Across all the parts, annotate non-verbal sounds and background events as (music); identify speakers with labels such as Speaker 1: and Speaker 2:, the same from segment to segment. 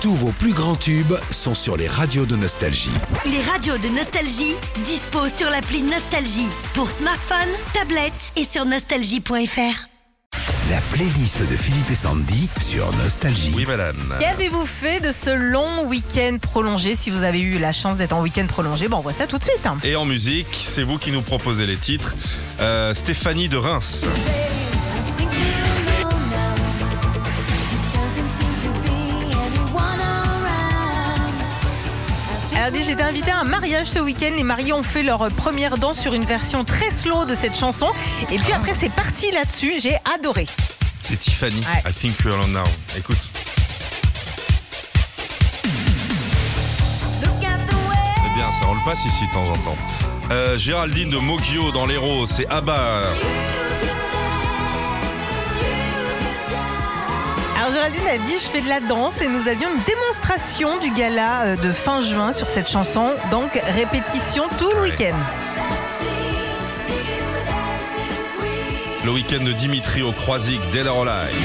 Speaker 1: Tous vos plus grands tubes sont sur les radios de Nostalgie.
Speaker 2: Les radios de Nostalgie disposent sur l'appli Nostalgie pour smartphone, tablette et sur nostalgie.fr.
Speaker 1: La playlist de Philippe et Sandy sur Nostalgie.
Speaker 3: Oui, madame.
Speaker 4: Qu'avez-vous fait de ce long week-end prolongé Si vous avez eu la chance d'être en week-end prolongé, bon, on voit ça tout de suite. hein.
Speaker 3: Et en musique, c'est vous qui nous proposez les titres. Euh, Stéphanie de Reims.
Speaker 4: Alors, dis, j'étais invitée à un mariage ce week-end. Les mariés ont fait leur première danse sur une version très slow de cette chanson. Et puis après, c'est parti là-dessus. J'ai adoré.
Speaker 3: C'est Tiffany.
Speaker 4: Ouais.
Speaker 3: I think you're alone now. Écoute. C'est bien, ça rôle passe ici de temps en temps. Euh, Géraldine de Mogio dans l'Hérault, c'est Abba.
Speaker 4: Alors, Géraldine a dit Je fais de la danse. Et nous avions une démonstration du gala euh, de fin juin sur cette chanson. Donc, répétition tout le
Speaker 3: Ouais.
Speaker 4: week-end.
Speaker 3: Le week-end de Dimitri au Croisic, Dead or Alive.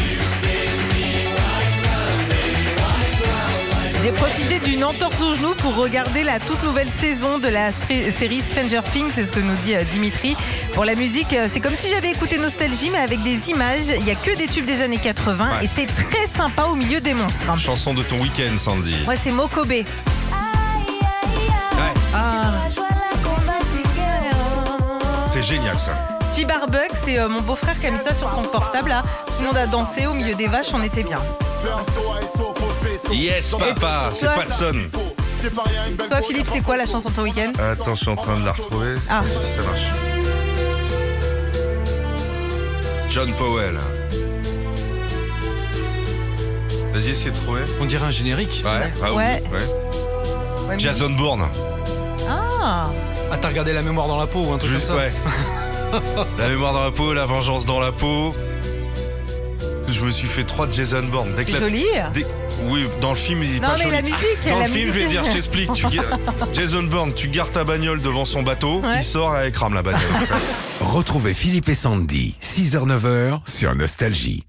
Speaker 4: J'ai profité d'une entorse au genou pour regarder la toute nouvelle saison de la stri- série Stranger Things, c'est ce que nous dit euh, Dimitri. Pour la musique, euh, c'est comme si j'avais écouté Nostalgie, mais avec des images. Il n'y a que des tubes des années 80
Speaker 3: Ouais.
Speaker 4: et c'est très sympa au milieu des monstres. hein.
Speaker 3: Chanson de ton week-end, Sandy.
Speaker 4: Moi, c'est Mokobé. Ah.
Speaker 3: C'est génial ça.
Speaker 4: Petit barbuck, c'est euh, mon beau-frère qui a mis ça sur son portable. Là. Tout le monde a dansé au milieu des vaches, on était bien.
Speaker 3: Yes, papa, c'est
Speaker 4: toi-
Speaker 3: Patson.
Speaker 4: Toi, Philippe, c'est quoi la chanson de ton week-end
Speaker 3: Ah, Attends, je suis en train de la retrouver.
Speaker 4: Ah.
Speaker 3: Ça marche. John Powell. Vas-y, essaie de trouver.
Speaker 5: On dirait un générique.
Speaker 3: Ouais, ah oui,
Speaker 4: Ouais.
Speaker 3: ouais.
Speaker 4: Ouais, musique.
Speaker 3: Jason Bourne.
Speaker 4: Ah,
Speaker 5: Ah, t'as regardé la mémoire dans la peau ou un truc
Speaker 3: Juste-
Speaker 5: comme ça (laughs)
Speaker 3: ouais. la mémoire dans la peau, la vengeance dans la peau. Je me suis fait trois de Jason Bourne. Dès que
Speaker 4: c'est
Speaker 3: la-
Speaker 4: joli. hein.
Speaker 3: dès- Oui, dans le film, il est
Speaker 4: Non,
Speaker 3: pas
Speaker 4: mais
Speaker 3: joli.
Speaker 4: la musique,
Speaker 3: Dans
Speaker 4: la
Speaker 3: le film,
Speaker 4: musique,
Speaker 3: je vais
Speaker 4: c'est-
Speaker 3: dire, je t'explique.
Speaker 4: (laughs)
Speaker 3: Tu ga- Jason Bourne, tu gardes ta bagnole devant son bateau,
Speaker 4: Ouais.
Speaker 3: il sort
Speaker 4: (laughs)
Speaker 3: et elle crame la bagnole.
Speaker 1: Retrouvez Philippe et Sandy, 6h-9h sur Nostalgie.